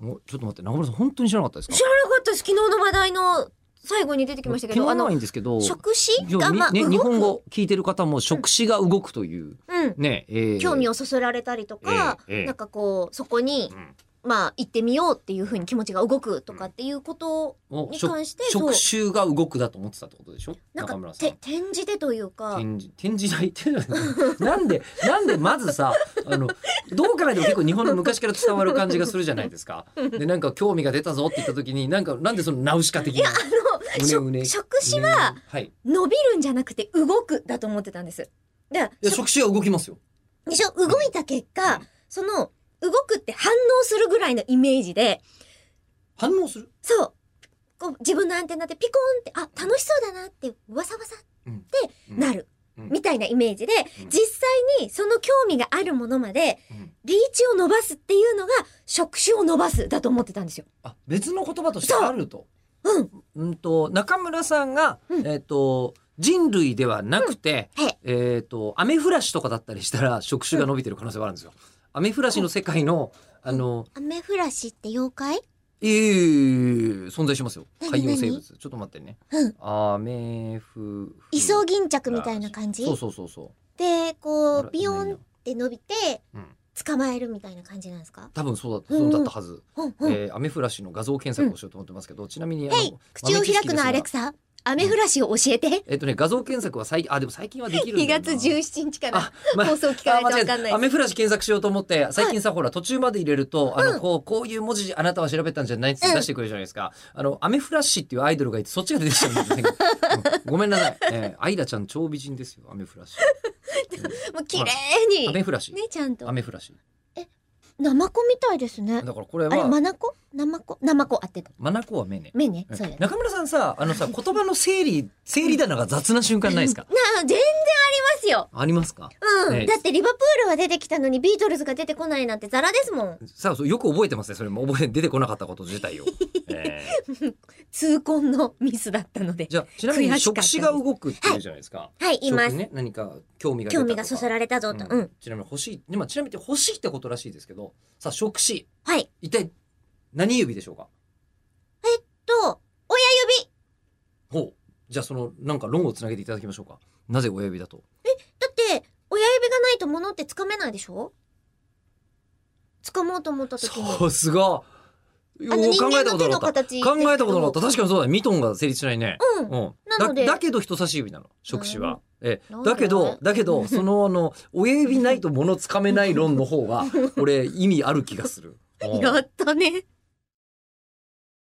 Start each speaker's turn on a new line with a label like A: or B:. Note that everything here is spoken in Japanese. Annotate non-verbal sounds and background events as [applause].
A: もうちょっと待って中村さん本当に知らなかったですか
B: 知らなかったです昨日の話題の最後に出てきましたけ
A: 昨
B: どあ
A: 日な
B: の
A: いんですけど
B: 触手
A: いや
B: が
A: に
B: まあ
A: ね、
B: 動く
A: 日本語聞いてる方も触手が動くという、
B: うん
A: ね、えー
B: 興味をそそられたりとか、
A: ええええ
B: なんかこうそこに
A: うん
B: まあ行ってみようっていうふうに気持ちが動くとかっていうこと
A: を
B: に
A: 触
B: 関してそう
A: 触手が動くだと思ってたってことでしょ
B: なん
A: 中
B: か
A: 村さ
B: て
A: ん。
B: 展示でというか
A: 展示展示台ってなんでなんでまずさあのどうからでも結構日本の昔から伝わる感じがするじゃないですか。でなんか興味が出たぞって言った時になんかなんでそのナウシカ的
B: いや
A: な
B: あのしょ
A: うねうね
B: 触手は
A: ねはい、い
B: 伸びるんじゃなくて動くだと思ってたんです。だから
A: や
B: しょ
A: 触手は動きますよ。
B: でしょ動いた結
A: う
B: 果
A: ん
B: その動くって反応するぐらいのイメージで
A: 反応する。
B: そうこう自分のアンテナでピコーンってあ楽しそうだなってわさわさ
A: うん
B: なる、
A: うん
B: みたいなイメージで、
A: うん
B: 実際にその興味があるものまで
A: うん
B: リーチを伸ばすっていうのが触手を伸ばすだと思ってたんですよ。
A: あ別の言葉としてあると。
B: うん、
A: うんと中村さんが、
B: うん
A: えっ、と人類ではなくて、
B: うんはい
A: えっ、とアメフラシとかだったりしたら触手が伸びてる可能性はあるんですよ。アメフラシの世界の、あの、
B: アメフラシって妖怪
A: えー、存在しますよ。
B: 何
A: 海洋生物。ちょっと待ってね。
B: うん
A: アメフフ
B: イソギンチャクみたいな感じ
A: そうそうそうそう。
B: でこ
A: あ
B: う
A: ら
B: ビヨンっ
A: い
B: て伸びて
A: ないなうん
B: 捕まえるみたいな感じなんですか
A: 多分そうだった、そうだったはず。
B: うんうん、
A: えーアメフラシの画像検索をしようと思ってますけど、ちなみにあ
B: ヘイ
A: の
B: 口を開くのアレク
A: サ。
B: サアメフラシを教えて
A: えっ、とね画像検索は最あでも最近はできるん
B: 2
A: だよな
B: [laughs] 月17日から
A: あ、ま
B: 放送聞かないと分かんない
A: ア
B: です
A: メフラシ検索しようと思って最近さ、ほら途中まで入れるとあの、こうこういう文字あなたは調べたんじゃないって
B: うん
A: 出してくれるじゃないですか、あのアメフラシっていうアイドルがいてそっちが出てきちゃうん
B: [laughs]
A: ですね、うんごめんなさい、えー、アイラちゃん超美人ですよアメフラシ、
B: もう綺麗
A: うん
B: に
A: アメ
B: ね
A: フラシ、
B: ちゃんと
A: アメフラシ
B: ナマコみたいですね
A: だからこれ
B: あれ
A: は
B: マナコナマコナマコあってた
A: マナコは目ね
B: 目ね
A: うん
B: そうだよ
A: 中村さんさあのさ
B: [laughs]
A: 言葉の整理整理棚が雑な瞬間ないですか
B: な全然ありますよ
A: ありますか
B: うん、
A: ね
B: だってリバプールは出てきたのにビートルズが出てこないなんてザラですもん
A: さあそうよく覚えてますねそれも覚え出てこなかったこと自
B: [laughs]
A: 体を、えー
B: 痛恨のミスだったので
A: じゃあちなみ
B: 悔
A: に
B: しかっ
A: 触
B: たです
A: 手が動くっていうじゃないですか、
B: はいいます、
A: 食ね、何か興味が出た
B: 興
A: とか
B: 味がそそられたぞと、
A: うん
B: うん、
A: ちなみに欲しい、でまあ、ちなみに欲しいってことらしいですけどさあ触手
B: はい
A: 一体何指でしょうか
B: と親指
A: ほうじゃあそのなんか論をつなげていただきましょうかなぜ親指だと
B: だって親指がないと物ってつかめないでしょつかもうと思った時に
A: そう [laughs] すがよ
B: あの
A: う
B: 人
A: 考えた
B: 間の
A: こと
B: 手
A: な
B: の
A: かった
B: 形
A: 考えたことなかった
B: で
A: 確
B: す
A: かにそうだねミトンが成立しないね
B: けどうん
A: うん、
B: なので
A: だだけど人差し指なの触手は。ええ
B: なんで
A: だけど
B: [laughs]
A: だけどそのあの親
B: [laughs]
A: 指ないと物つかめない論の方が俺意味ある気がする。うん
B: やったね